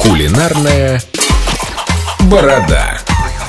Кулинарная борода.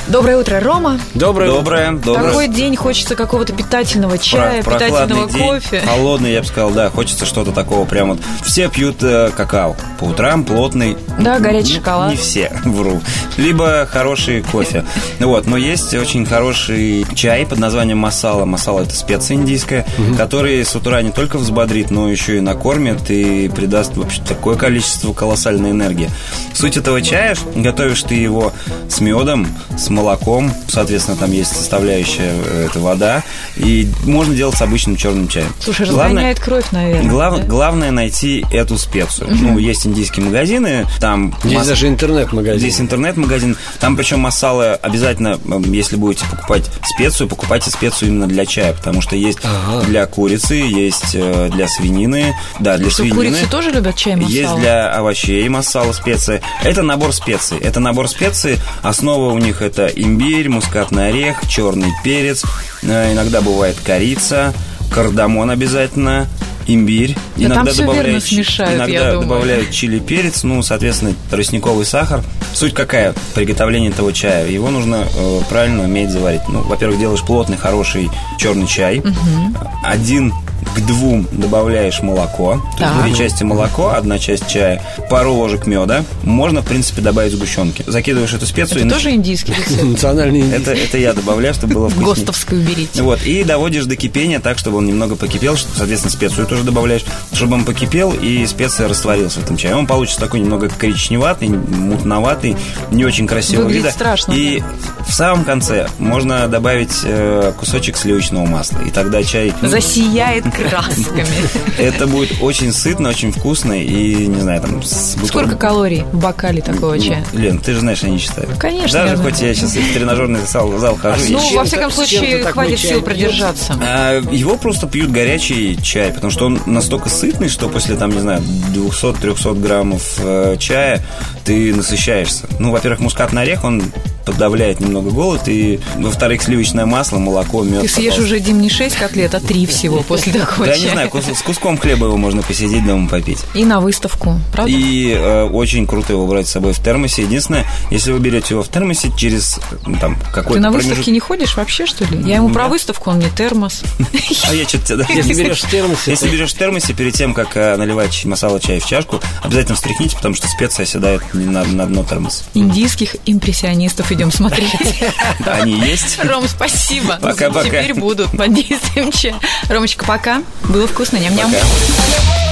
Доброе утро, Рома. Доброе, Доброе, доброе. Такой день хочется какого-то питательного Про- чая, питательного день, А кофе. холодный, я бы сказал, да, хочется что-то такого прям вот. Все пьют э, какао по утрам, плотный. Да, Ну, горячий не- шоколад. Не все, вру. Либо хороший кофе. Ну Вот, но есть очень хороший чай под названием масала. Масала – это специя индийская, который с утра не только взбодрит, но еще и накормит и придаст вообще такое количество колоссальной энергии. Суть этого чая, ш- готовишь ты его с медом, с молоком, соответственно, там есть составляющая э, это вода, и можно делать с обычным черным чаем. Слушай, Главное- разгоняет кровь, наверное. Глав- да? Главное найти эту специю. Ну, есть индийские магазины, там Здесь мас- даже интернет-магазин. Здесь интернет-магазин, там причем масалы обязательно, м, если будете покупать специю, покупайте специю именно для чая, потому что есть Ага. для курицы, есть э, для свинины, да, для Что, свинины. курицы тоже любят чай масала? ну, Есть для овощей масала специи. Это набор специй. Это набор специй. Основа у них это имбирь, мускатный орех, черный перец. э, Иногда бывает корица, кардамон обязательно, имбирь. Да иногда там всё верно добавляют, чи- смешают, я иногда думаю. добавляют чили перец, ну, соответственно, тростниковый сахар. Суть какая? Приготовление этого чая. Его нужно э, правильно уметь заварить. Ну, во-первых, делаешь плотный, хороший черный чай. Один к двум добавляешь молоко. То есть Так. три части молоко, одна часть чая, пару ложек меда. Можно, в принципе, добавить сгущенки. Закидываешь эту специю. Это и тоже индийский рецепт. Национальный нач- индийский. это, это я добавляю, чтобы было вкуснее. Гостовскую берите. Вот, и доводишь до кипения так, чтобы он немного покипел, что- соответственно, специю тоже добавляешь, чтобы он покипел и специя растворилась в этом чае. Он получится такой немного коричневатый, мутноватый, не очень красивого Выглядит вида. страшно, И в самом конце можно добавить э, кусочек сливочного масла, и тогда чай... Засияет красками. Это будет очень сытно, очень вкусно и, не знаю, там... с бутер- Сколько калорий в бокале такого чая? Ну, Лен, ты же знаешь, они считают. Ну, Конечно, Даже я знаю. хоть я сейчас в тренажерный зал, зал хожу. с я Ну, чем во ты- всяком с чем ты случае, такой хватит чай сил пьешь? продержаться. А, Его просто пьют горячий чай, потому что он настолько сытный, что после, там, не знаю, 200-300 граммов э, чая ты насыщаешься. Ну, во-первых, мускатный орех, он подавляет немного голод, и, во-вторых, сливочное масло, молоко, мед. Ты съешь пожалуйста. уже, Дим, не 6 котлет, а 3 всего после такого Да, я чая. не знаю, кус- с куском хлеба его можно посидеть дома попить. И на выставку, правда? И э, очень круто его брать с собой в термосе. Единственное, если вы берете его в термосе через ну, там какой-то Ты на промежут- Ну, выставке не ходишь вообще, что ли? Я ему про выставку, он мне термос. А я что-то Если берешь термос, Если это- берешь в термосе, перед тем, как э, наливать ч- масала чай в чашку, обязательно встряхните, потому что специя оседает не на, на дно термоса. Индийских импрессионистов идем смотреть. Они есть. Ром, спасибо. Пока-пока. Теперь будут под действием чая. Ромочка, пока. Было вкусно. Ням-ням. Пока.